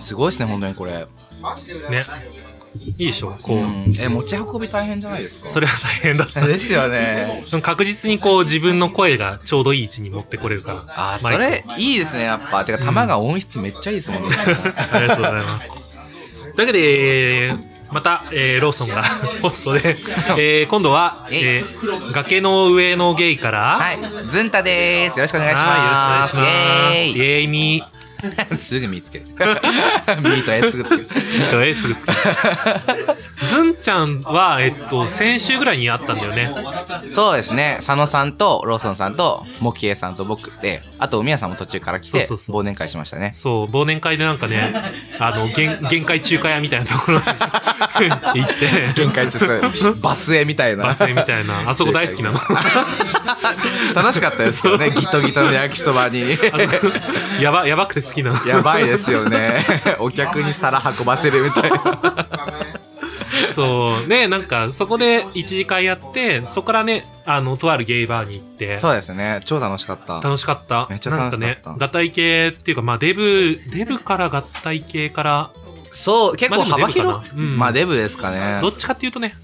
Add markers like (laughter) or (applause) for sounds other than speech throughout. すごいですね、本当にこれ。ねいいでしょこう、うんえ、持ち運び大変じゃないですか (laughs) それは大変だったですよね。でも確実にこう自分の声がちょうどいい位置に持ってこれるからあ、そマイクれいいですね、やっぱ。てか、弾が音質めっちゃいいですもんね。ありがとうございます。というわけで、えーまた、えーローソンが (laughs) ホストで、えー今度は、えー崖の上のゲイから、はい、ズンタです。よろしくお願いしはまいす。よろしくお願いします。イイエエイミーーイ (laughs) すぐ見つける。ミート S すぐつける。 (laughs) えっ (laughs) とえーすぐつけずんちゃんは、えっと、先週ぐらいに会ったんだよね。そうですね、佐野さんとローソンさんとモキエさんと僕で、あと宮さんも途中から来てそうそうそう忘年会しましたね。そう、忘年会でなん (laughs) かね、あの、限限界中華屋みたいなところに行って、限界ちょっ (laughs) とバスへみたいな。バスへみたいな、あそこ大好きなの。 (laughs) (laughs) 楽しかったですよね、ギトギトの焼きそばに。やば、やばくて好きなの。やばいですよね。お客に皿運ばせるみたいな。そうねなんかそこで一次会やってそこからねあのとあるゲイバーに行ってそうですね、超楽しかった。楽しかっためっちゃ楽しかったなんかね合体系っていうかまあデブデブから合体系からそう、結構幅広く。まあでもデブかなうんまあデブですかねど。っちかっていうとね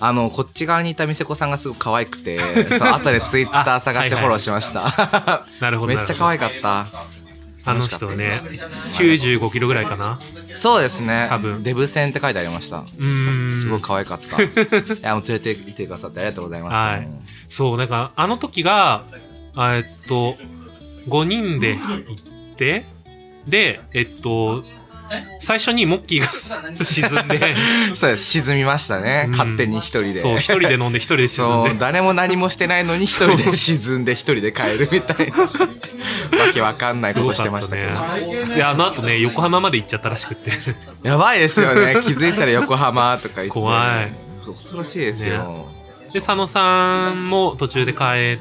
あの、こっち側にいた店子さんがすごく可愛くて、そう、後 (laughs) でツイッター探してフォローしました。なるほどめっちゃ可愛いかった。あの人はね95キロぐらいかなそうですね多分。デブ戦って書いてありました。うんすごい可愛か (laughs) った。いや、もう連れてきてくださってありがとうございます。はいそうなんかあの時があえっと5人で行ってでえっと最初にモッキーが沈んで (laughs) そうです。沈みましたね。うん勝手に一人で。そう一人で飲んで一人で沈んそでう誰も何もしてないのに一人で沈んで一人で帰るみたいな (laughs) わけわかんないことしてましたけどすごかったね、であの後ね横浜まで行っちゃったらしくってやばいですよね気づいたら横浜とか言って怖い恐ろしいですよ、で佐野さんも途中で帰って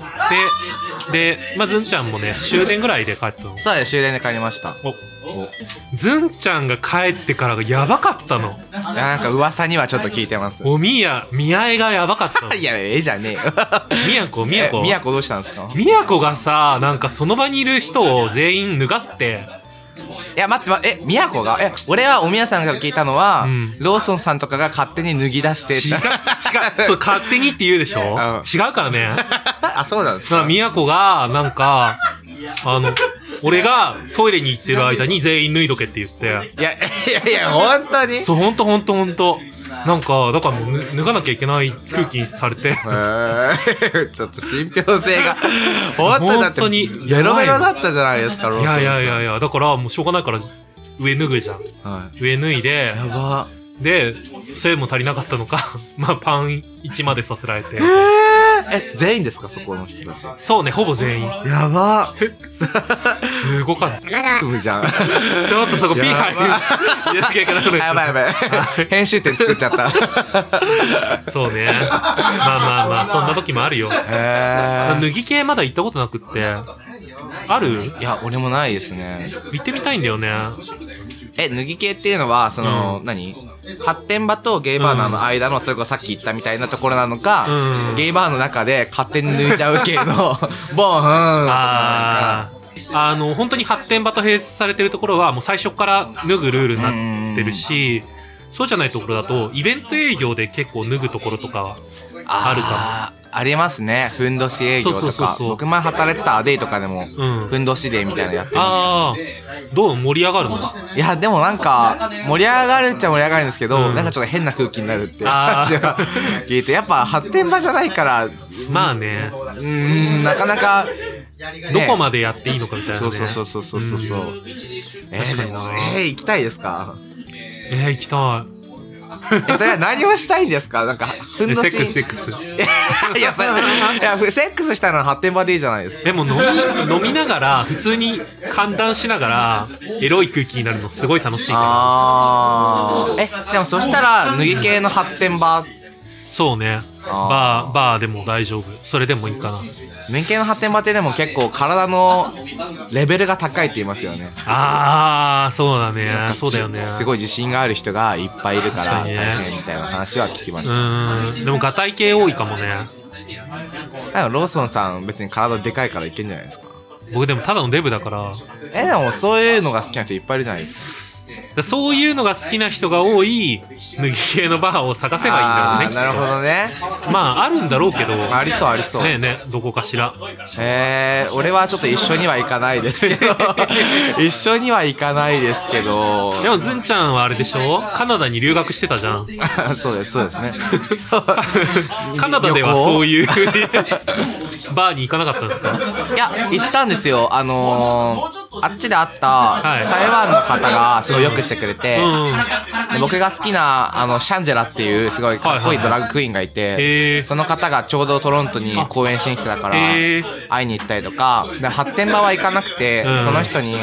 で、まあ、ずんちゃんもね終電ぐらいで帰ったのさあ終電で帰りましたおおずんちゃんが帰ってからがやばかったのなんか噂にはちょっと聞いてますおみやみやえがやばかったの (laughs) いやええじゃねえよみやこみやこえ宮古どうしたんですかみやこがさなんかその場にいる人を全員脱がっていや待って待ってえ宮古がえ俺はお宮さんから聞いたのは、うんローソンさんとかが勝手に脱ぎ出して違う違うそう勝手にって言うでしょ、ん違うからね (laughs) あそうなんですなかみやこが、なんか、あの、俺がトイレに行ってる間に全員脱いどけって言って。いやいやいや本当にそう、ほんとほんとほんと。なんか、だからもう脱脱がなきゃいけない空気にされて。えー (laughs) ちょっと信憑性が本当にだっ本当てにベロベロだったじゃないですかローいソンさやんいやいやいや、だからもうしょうがないから上脱ぐじゃん。は上脱いでい、やばで、背も足りなかったのか、 (laughs) まあパン1までさせられて。えー、え全員ですかそこの人たちそうね、ほぼ全員。やばすごかった。組むじゃんちょっとそこピー入やる。ば入れなきゃいけなくなっちゃやったばいやばい編集点作っちゃ (laughs) ったそうね。まあまあまあ、そんな時もあるよ。え脱ぎ系まだ行ったことなくって。あるー、いや俺もないですね行ってみたいんだよね。え脱ぎ系っていうのはその、う何発展場とゲイバーナーの間のそれこそさっき言ったみたいなところなのか、うんゲイバーの中で勝手に脱いじゃう系 (laughs) のボンフンとかなんかあーあの、本当に発展場と併設されてるところは、もう最初から脱ぐルールになってるし、そうじゃないところだと、イベント営業で結構脱ぐところとかは、あるかも。ありますね。ふんどし営業そとうそうそうか。そう僕前働いてたアデイとかでも、うんふんどしデーみたいなのやってる。ああ、どう盛り上がるのいや、でもなんか、盛り上がるっちゃ盛り上がるんですけど、うんなんかちょっと変な空気になるってあ話ーは聞いて、やっぱ発展場じゃないから、うまあね、ーん、なかなか、どこまでやっていいのかみたいな、ね。そうそうそうそうそうそう。うんえー、でも確かになえー、行きたいですかえー、行きたえそれは何をしたいんですかなんか、ふい。んえどセし。ックス、セックス。いや、それ、いや、セックスしたのは発展場でいいじゃないですか。でも飲み、飲みながら、普通に寒暖しながら、エロい空気になるのすごい楽しいかああ。え、でもそしたら、脱ぎ系の発展場、ら。そうね。あバー、バーでも大丈夫。それでもいいかな。脱ぎ系の発展場ってでも結構体のレベルが高いって言いますよね。あー、そうだね。そうだよね。すすごい。い自信がある人がいっぱいいるから確かにね大変みたいな話は聞きまうした。なんーん。でも、ガタイ系多いかもね。かローソンさん別に体でかいからいけんじゃないですか。僕でもただのデブだから。え、でもそういうのが好きな人いっぱいいるじゃないですか。らそういうのが好きな人が多い脱ぎ系のバーを探せばいいんだあーなろるうねきっとほどねまああるんだろうけどありそうありそう、ねえねえどこかしらえー、俺はちょっと一緒には行かないですけ (laughs) ど一緒には行かないですけどでもずんちゃんはあれでしょカナダに留学してたじゃんあ (laughs) そうですそうですね (laughs) カナダではそういいうバーに行かなかったんですかういや行ったんですよあのー、あっちで会ったい台湾の方がすごいよくしてくれて、うんで僕が好きなあのシャンジェラっていうすごいかっこいいドラッグクイーンがいて、へーその方がちょうどトロントに公演しに来てたからへー会いに行ったりとかで発展場は行かなくて、うんその人に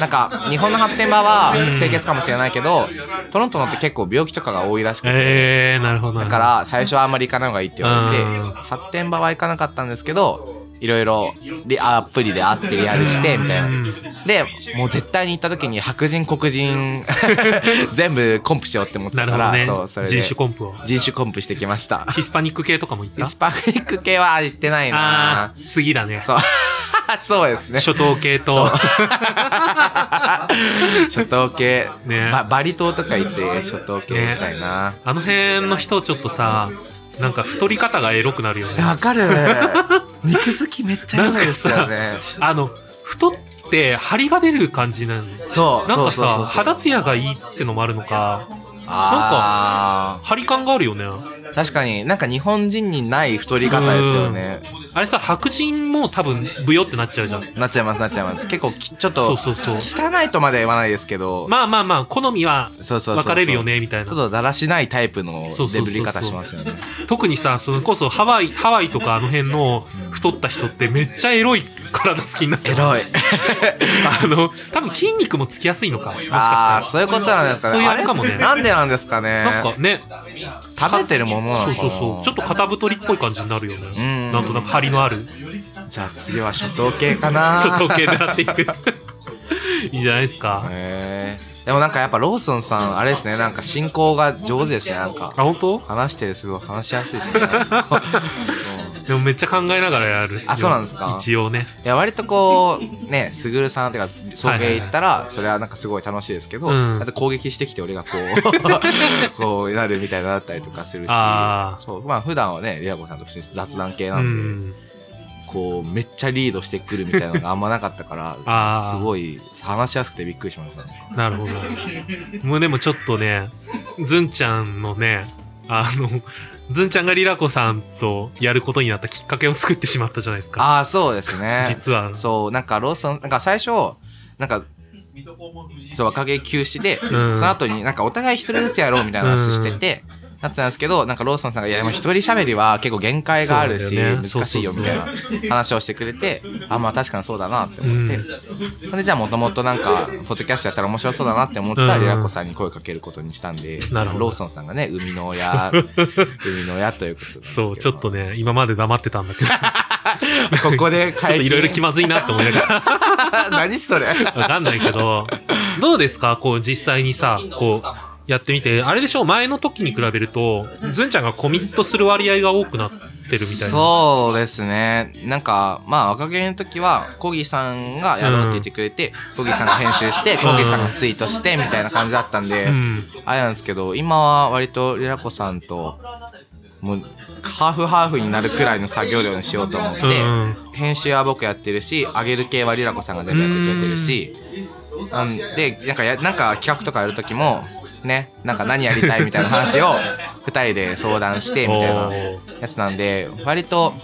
なんか日本の発展場は清潔かもしれないけど、トロントのって結構病気とかが多いらしくて。えー、なるほどなだるほどから最初はあんまり行かない方がいいって言われて、うん発展場は行かなかったんですけどいろいろリアプリで会ってリアルしてみたいなうんでもう絶対に行った時に白人黒 (laughs) 人全部コンプしようって思ってなたかるほらどねそうそれで人種コンプを人種コンプしてきましたヒスパニック系とかも行っヒたスパニック系は行ってないあなー次だねそう (laughs) そうですね初等系と (laughs) 初等系、ねババリ島とか行って初等系行きたいな、あの辺の人ちょっとさなんか太り方がエロくなるよいやねわかる肉好きめっちゃないんいでかすよさ (laughs) ねあの太って張りが出る感じなのそうなんかそうそうそさう肌ツヤがいいってのもあるのかあ張り感があるよねー確かになんか日本人にない太り方ですよねあれさ白人も多分ブヨってなっちゃうじゃんなっちゃいますなっちゃいます結構きちょっそとうそうそう汚いとまでは言わないですけど、まあまあまあ好みはそうそうそうそう分かれるよねみたいちなょっとだらしないタイプのそうそうそうそうデブり方しますよね特にさそれこそハワイハワイとかあの辺の太った人ってめっちゃエロい体好きになってエ (laughs) ロいあの多分筋肉もつきやすいのかもしかしたああらそういうことなんですかねそういうああれれかもねなんでなんですかねなんかね食べてるものなそのうかそうなそうちょっと肩太りっぽい感じになるよねんなんとなく張りのあるじゃあ次は初等系か (laughs) なちょっと計狙っていくいいんじゃないですかへーでもなんかやっぱローソンさんあれですねなんか進行が上手ですねなんあか本当話してすごい話しやすい (laughs) ですねうんでもめっちゃ考えながらやるあそうなんですか一応ねいや割とこうねすぐるさんっていうか送迎行ったらそれはなんかすごい楽しいですけど、うんだって攻撃してきて俺がこ (laughs) うこうなるみたいになったりとかするしあーそうまあ普段はねリアコさんと普通に雑談系うなんで、んこうめっちゃリードしてくるみたいなのがあんまなかったから (laughs) あーすごい話しやすくてびっくりしましたねなるほどもうでもちょっとねずんちゃんのねあのずんちゃんがリラコさんとやることになったきっかけを作ってしまったじゃないですかああそうですね実はそうなんかローソンなんか最初なんかそう若気休止で、んその後になんかお互い一人ずつやろうみたいな話してて、なってたんですけどなんかローソンさんが「いやでも一人喋りは結構限界があるそうし、だよね難しいよ」そみうそうたそいうな話をしてくれてあまあ確かにそうだなって思って、ほんでじゃあもともとなんかポッドキャストやったら面白そうだなって思ってたうらんリラコさんに声かけることにしたんで、なるほどローソンさんがね生みの親 (laughs) 生みの親ということなんですけどそうちょっとね今まで黙ってたんだ (laughs) けどちょここでっといろいろ気 (laughs) 決ままずいなと思いながら何それわかんないけ (laughs) ど、どうですかこう実際にさ、こう、やってみて、あれでしょ前の時に比べると、ずんちゃんがコミットする割合が多くなってるみたいな。そうですねなんかまあ若気の時はコギさんがやろうって言ってくれて、コギさんが編集してコギさんがツイートしてみたいな感じだったんで、うん。あれなんですけど今は割とリラコさんともうハーフハーフになるくらいの作業量にしようと思って、うん。編集は僕やってるし上げる系はリラコさんが全部やってくれてるしなんでなんかやなんか企画とかやる時もねなんか何やりたいみたいな話を2人で相談してみたいなおやつなんで割と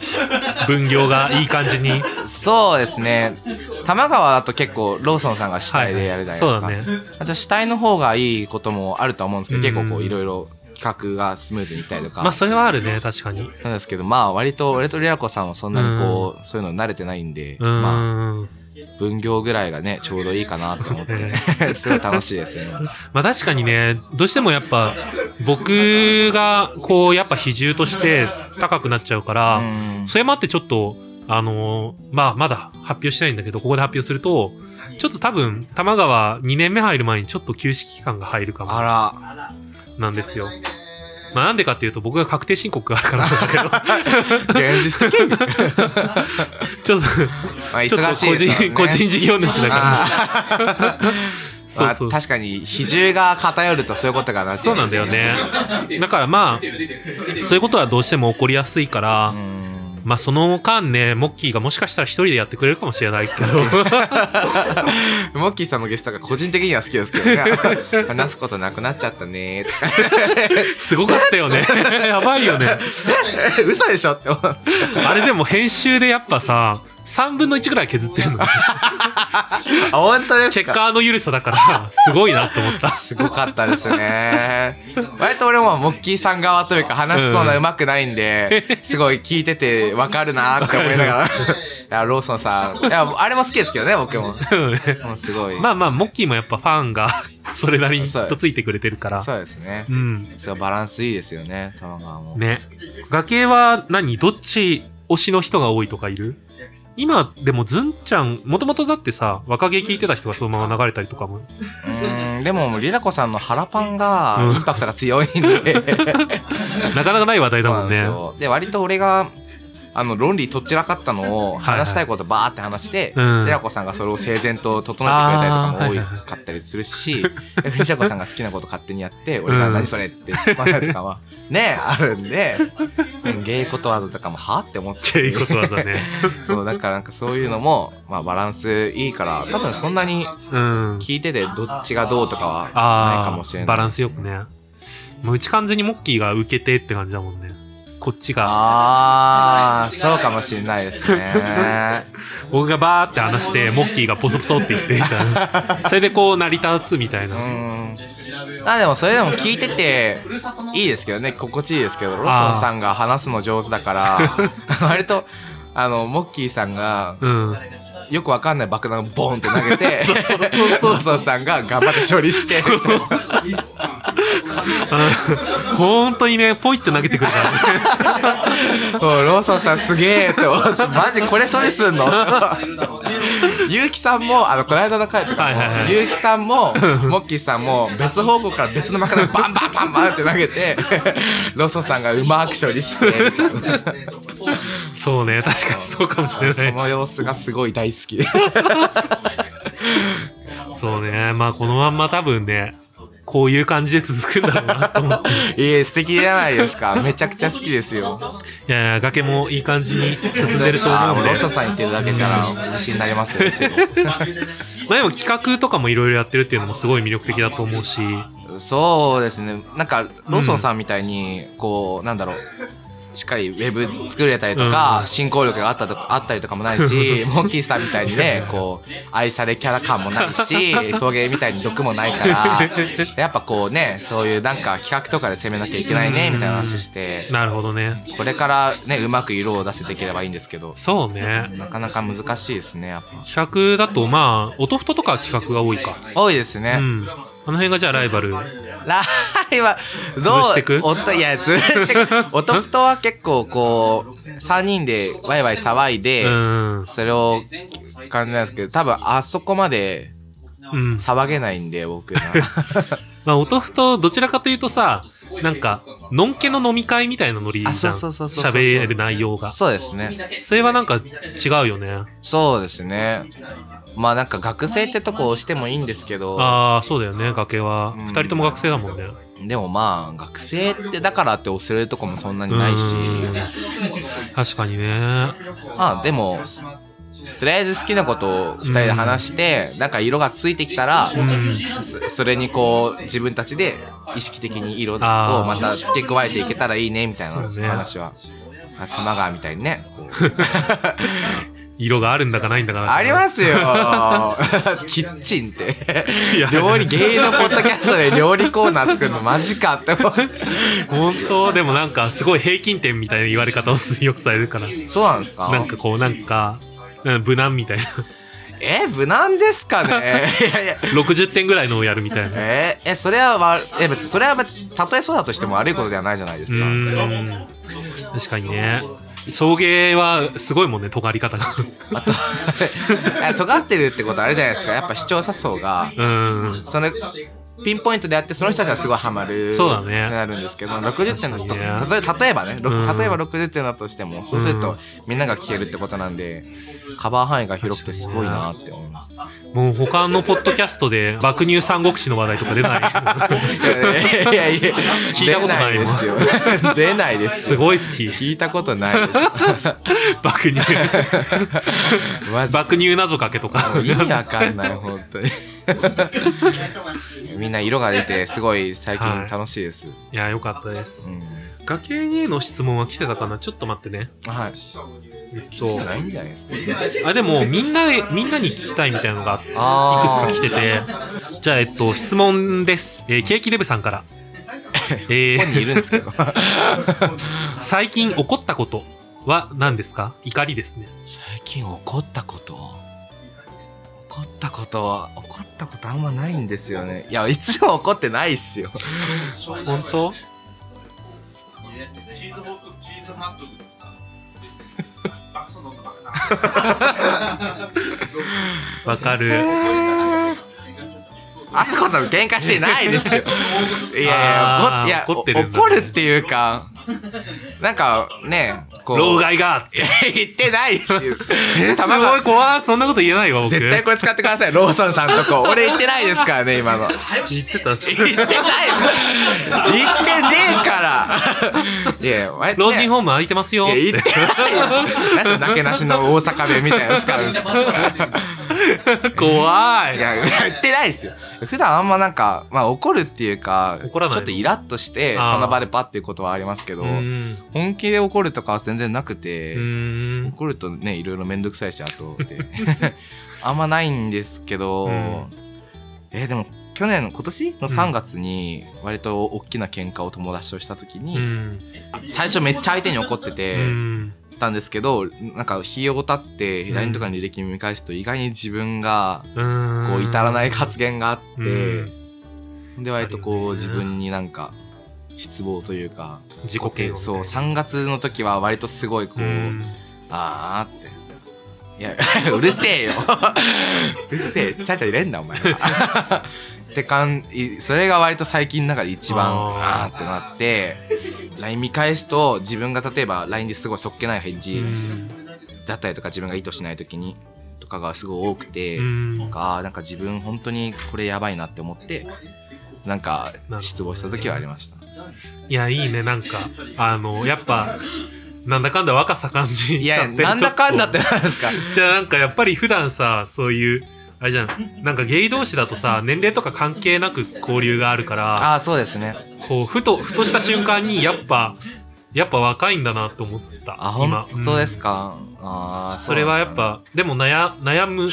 分業がいい感じに。そうですね多摩川だと結構ローソンさんが主体でやるじゃないですか、そうだね。あじゃあ主体の方がいいこともあると思うんですけど結構こううんいろいろ企画がスムーズにいったりとか、まあ、それはあるね、確かに。なんですけどまあ割と俺とリラコさんはそんなにこう、そういうの慣れてないんで、うまあん。分業ぐらいがねちょうどいいかなと思って、 (laughs) すごい楽しいですねまあ確かにね、どうしてもやっぱ、僕が、こう、やっぱ比重として高くなっちゃうから、うんそれもあってちょっと、あのーまあ、まだ発表してないんだけど、ここで発表すると、ちょっと多分、玉川2年目入る前にちょっと休止期間が入るかも、あなんですよ。まあ、なんでかっていうと、僕が確定申告があるからなんだら現実的 (laughs) ま (laughs) けど、ちょっと、あちょっ忙としいですからね個人、個人事業主だから、あーそうそうまあ確かに比重が偏るとそういうことがなっちゃそうなんだよね。だからまあ、そういうことはどうしても起こりやすいから、うんまあその間ね、モッキーがもしかしたら一人でやってくれるかもしれないけど、 (laughs) モッキーさんのゲストが個人的には好きです (laughs) けどね話すことなくなっちゃったねとかすごかったよね。 (laughs) やばいよね。嘘でしょって思うあれでも編集でやっぱさ、3分の1ぐらい削ってるの。あ本当です結か果あの緩さだから、すごいなと思った。 (laughs) すごかったですね。割と俺もモッキーさん側というか話しそうなうまくないんで、すごい聞いててわかるなーって思いな (laughs) がら。いや、ローソンさん。いや、あれも好きですけどね、僕 (laughs) も。もうすごい。まあまあ、モッキーもやっぱファンがそれなりにずっとついてくれてるから。そうですねう。ん。そうバランスいいですよね、玉川も。ね。ガケは何どっち推しの人が多いとかいる今でもずんちゃん、もともとだってさ、若気聞いてた人がそのまま流れたりとかも。うーん、でも、リラコさんの腹パンがインパクトが強いん (laughs) で。なかなかない話題 (laughs) だそうなもんんですね。よ。で、割と俺が、あの論理とっちらかったのを話したいことばーって話して、はいはいうんリラコさんがそれを整然と整えてくれたりとあーはいかはも多かったりするし、リラコさんが好きなこと勝手にやって、俺が何それって突っ込まれとか (laughs) は、ね、あるんで、うん芸ことわざとかもはって思っってていうことわざね。 (laughs) そう、だからなんかそういうのも、まあバランスいいから、多分そんなにうん。聞いててどっちがどうとかはないかあもしれなあ、い。バランスよく。ね。もううち完全にモッキーが受けてって感じだもんね。こっちが、ああ、そうかもしれないですね。僕がバーって話して、モッキーがポソポソって言ってみたいな。 (laughs) それでこう成り立つみたいな。うんあでもそれでも聞いてていいですけどね心地いいですけどローソンさんが話すの上手だから (laughs) 割とあのモッキーさんがうん。よくわかんない爆弾をボーンって投げてそうそうそうそうローソンさんが頑張って処理してうん本当にね、ポイって投げてくるからね。 (laughs) そうローソンさんすげえって思ってマジこれ処理すんのゆうきさんもあのこの間の回とかはいはいはもいゆうきさんもモッキーさんも別方向から別の爆弾バンバンバンバンって投げてローソンさんがうまく処理してみたいな。そうね、確かにそうかもしれそない。の様子がすごい大好きでそうね、まあこのまんま多分ね、こういう感じで続くんだろうなと思って。いえ素敵じゃないですかめちゃくちゃ好きですよいやいや、崖もいい感じに進んでるとあ思うもんうでロ。ソさん言ってるだけから自信になりますよねまあでも企画とかもいろいろやってるっていうのもすごい魅力的だと思うし。そうですねなんかロソンさんみたいにこうなんだろうしっかりウェブ作れたりとか、うん進行力があったとかあったりとかもないしモンキーさんみたいにねこう愛されキャラ感もないし送迎みたいに毒もないからやっぱこうねそういうなんか企画とかで攻めなきゃいけないねみたいな話してなるほどね。これからねうまく色を出せていければいいんですけどそうね。なかなか難しいですねやっぱ企画だとまあ、音太とかは企画が多いか。多いですうね、ん。あの辺がじゃあライバル。ライはどう潰してくおっといや潰して (laughs) くおとふとは結構こう3人でワイワイ騒いで、うん。それを感じなんですけど多分あそこまでうん。騒げないんで僕 (laughs) はまあ、お豆腐とどちらかというとさ、なんか、のんけの飲み会みたいなノリじゃん。あそうそうそうそうそう喋れる内容が。そうですねそれはなんか違うよね。そうですねまあなんか学生ってとこ押してもいいんですけどああ、そうだよね、崖は。うん二人とも学生だもんね。でもまあ学生ってだからって押せるとこもそんなにないしうん確かにね。まあでもとりあえず好きなことを2人で話して、なんか色がついてきたら、うんそそれにこう自分たちで意識的に色をあーまた付け加えていけたらいいねみたいなそうね話は。あ玉川みたいにね。色があるんだかないんだかなんかあります (laughs) よキッチンっていや。料理、芸人のポッドキャストで料理コーナー作るのマジかって思う。本当でもなんかすごい平均点みたいな言われ方をするよくされるから。そうなんですかなんかこう、なんか、うん無難みたいな。 (laughs) え、無難ですかねいやいや。 60点ぐらいのをやるみたいな。えーえそれはわえ別にそれはたとえそうだとしても悪いことではないじゃ (laughs) ないでうすか。ーん。確かにね。送迎はすごいもんね、尖り方が。あとえ尖ってるってことはあれじゃないですかやっぱ視聴者層がうん。それピンポイントであってその人たちはすごいハマるそうだねなるんですけど60点だと確かにね例えば例えばね、ろうくん例えば60点だとしてもそうするうとんみんなが聴けるってことなんでカバー範囲が広くてすごいなって思います。もう他のポッドキャストで爆乳三国志の話題とか (laughs) 出ない。いやいやいや聞いたことな出ないいですよ出ないですすごい好き。聞いたことない (laughs) です爆乳。マジ爆乳謎かけとか。意味わかんない本当にみんな色が出てすごい最近楽しいです、いや、よかったですう。ん崖にへの質問は来てたかなちょっと待ってね。はいそうないんじゃないですかあ、でも、みんな、みんなに聞きたいみたいなのがあって。あいくつ (laughs) か来てて。じゃあ、えっと、質問です。えーケーキデブさんから。え日本にいー、るんですけど (laughs) 最近怒ったことは何ですか怒りですね。最近怒ったこと怒ったことは怒ったことあんまないんですよ (laughs) ねいやいつも怒ってないっすよ (laughs) 本当チーズホップチーズハットグのさバカそうどんどんバカだわかる。あそこと喧嘩してないです (laughs) よ。いやいやあーいや、怒ってるんだね怒るっていうか、なんかね、こう。老害が。いや (laughs) 言ってない (laughs) ですよ。えー、すごい怖い。そんなこと言えないわ、僕。絶対これ使ってください、ローソンさんと (laughs) こ。俺言ってないですからね、今 (laughs) の。言ってた。言ってない言ってねえ (laughs) から。いや、あれ老人ねホーム空いてますよ。いや、 (laughs) 言ってないです。なんでなけなしの大阪弁みたいなの使うんですか怖いい。や、言ってないですよ。普段あんまなんか、まあ怒るっていうか、怒らないちょっとイラッとして、あーその場でパッていうことはありますけうど、ーん。本気で怒るとかは全然なくうて、ーん。怒るとねいろいろ面倒くさいしあと (laughs) で (laughs) あんまないんですけど、うんえーでも去年今年のうん3月に割と大きな喧嘩を友達とした時うに、ん。最初めっちゃ相手に怒ってうて、ん。たんですけどなんか日を経ってうん LINE とかに履歴見返すと意外に自分がうんこう至らない発言があっうて、んで割とこうあるよ自ね分になんか失望というか自己嫌悪。そう3月の時は割とすごいこう。うん。あーって。いや、 (laughs) うるせえよ。うるせえ、ちゃちゃ入れんな、お前 (laughs) は。って感じ、それが割と最近の中で一番、ああーーってなって、LINE 見返すと、自分が例えば LINE ですごいそっけない返う事んだったりとか、自分が意図しない時に、とかがすごい多くてう、ん。あーなんか自分本当にこれやばいなって思って、なんか失望した時はありました。いや、いいね、なんか、あの、やっぱ、なんだかんだ若さ感じいちゃや、って。なんだかんだってちょなんですか。と。じゃあなんかやっぱり普段さ、そういう、あれじゃん、なんかゲイ同士だとさ、年齢とか関係なく交流があるから、ああ、そうですね。こう、ふと、ふとした瞬間に、やっぱ、やっぱ若いんだなと思った。あ、今本当ですうんか。ああ、それはやっぱ、でも悩悩む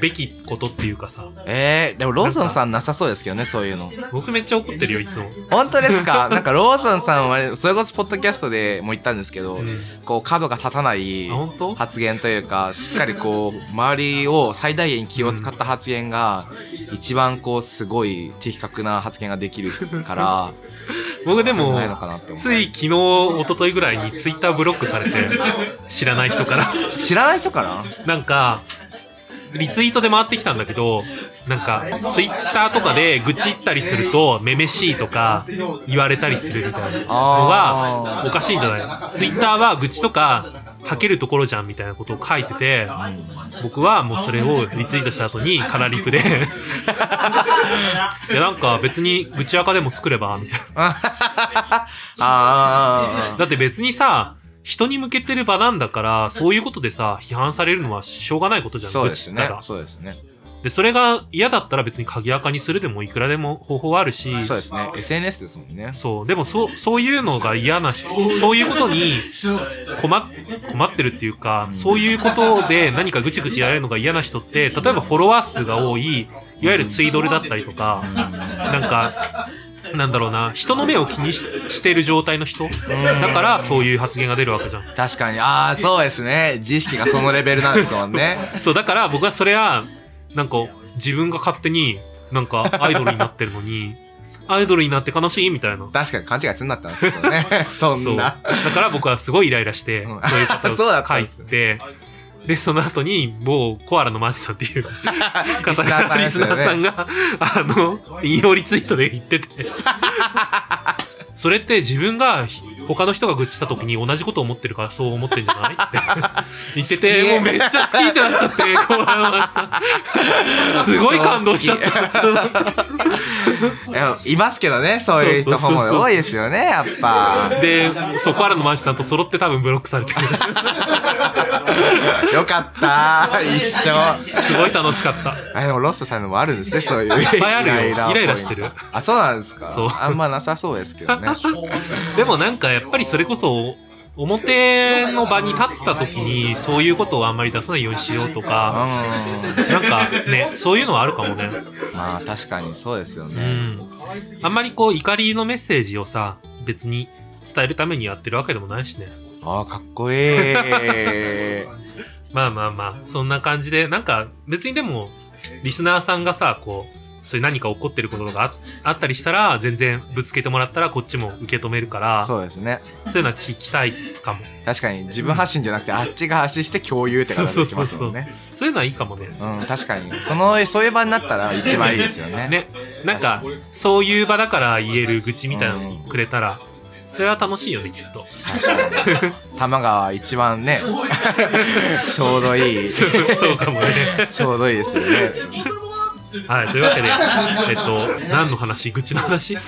べきことっていうかさ、えー、でもローソンさんなさそうですけどねそういうの僕めっちゃ怒ってるよ、いつも。本当です (laughs) かなんかローソンさんはあれそれこそポッドキャストでも言ったんですけど、うんこう角が立たないあ、本当発言というかしっかりこう周りを最大限気を使った発言が一番こうすごい的確な発言ができる (laughs) から僕でそうもないのかなって思うつい昨日一昨日ぐらいにツイッターブロックされて知らない人から (laughs) (laughs) 知らない人からなんかリツイートで回ってきたんだけどなんかツイッターとかで愚痴言ったりすると「めめしい」とか言われたりするみたいなのあがおかしいんじゃないツイッターは愚痴とか吐けるところじゃんみたいなことを書いてて僕はもうそれをリツイートした後にカラリプで (laughs) いやなんか別に愚痴垢でも作ればみたいな。ああーだって別にさ、人に向けてる場なんだから、そういうことでさ、批判されるのはしょうがないことじゃん。そうです愚痴ねったらそうですねで、それが嫌だったら別に鍵垢にするでもいくらでも方法はあるし、そうですね SNS ですもんねそう。でも、そう、そういうのが嫌なし、そういうことに困っ、困ってるっていうか、そういうことで何かぐちぐちやられるのが嫌な人って、例えばフォロワー数が多い、いわゆるツイドルだったりとか、なんか、なんだろうな、人の目を気にししている状態の人。だから、そういう発言が出るわけじゃん。確かにああそうですね自意識がそのレベルなんですもんねそう、だから僕はそれは、なんか、自分が勝手に、なんか、アイドルになってるのに、アイドルになって悲しいみたいな。確かに勘違いするんだったんですけどね (laughs) そそんう。だなから僕はすごいイライラして、うんそういうことそうだをった書んでいすて、で、その後に、某コアラのマーチさんっていう (laughs) リス方ナーさが、んでリすスよナーさんね。が、あの、引用リツイートで言ってて。それって自分がひ他の人が愚痴した時に同じことを思ってるからそう思ってんじゃないって言って好きて、もうめっちゃ好きってなっちゃって、 (laughs) コアラのマーチさん。すごい感動しちゃった。いやいますけどね、そういう人も多いですよね、やっぱ。で、そう、コアラのマーチさんと揃って多分ブロックされてる。 (laughs) よかった、一緒。すごい楽しかった。あでもロストさんのもあるんですね、そういう。っぱいあるよ (laughs) ポイントイライラしてる。あ、そうなんですかそう。あんまなさそうですけどね。でもなんかやっぱりそれこそ表の場に立った時にそういうことをあんまり出さないようにしようとうん。か、なんかね、そういうのはあるかもね。まあ確かにそうですようね。ん。あんまりこう怒りのメッセージをさ、別に伝えるためにやってるわけでもないしね。ああ、かっこいい。 (laughs) まあまあまあ、そんな感じで、なんか別にでも、リスナーさんがさ、こう、そういう何か起こってることがああったりしたら、全然ぶつけてもらったらこっちも受け止めるから、そそううですね。いうのは聞きたいかも。確かに自分発信じゃなくて、あっちが発信して共有って形できますもんね。そういうのはいいかもね。うん、確かに。その、そういう場になったら一番いいですよね。 (laughs) ね、なんかそういう場だから言える愚痴みたいなのくれたら、それは楽しいよねきっと (laughs) 確かに。玉川一番ね、 (laughs) ちょうど (laughs) いい。そうかもねちょうどいいですよね。はいというわけでえっと何の話愚痴の話、ね、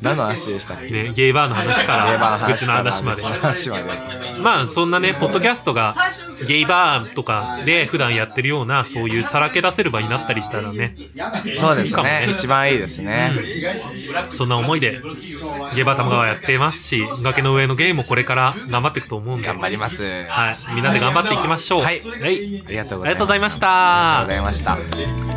何の話でしたっけゲイバーの話から愚痴の話までゲイバーの話から愚痴の (laughs) 話まあそんなねポッドキャストがゲイバーとかで普段やってるようなそういうさらけ出せる場になったりしたらねそうでいいすかもねね。一番いいですね。そんな思いでゲイバー玉川やってますし崖の上のゲイもこれから頑張っていくと思うんで頑張ります。はいみんなで頑張っていきましょうはいはい、ありがとうあごりがとうございましあたりがとうございました。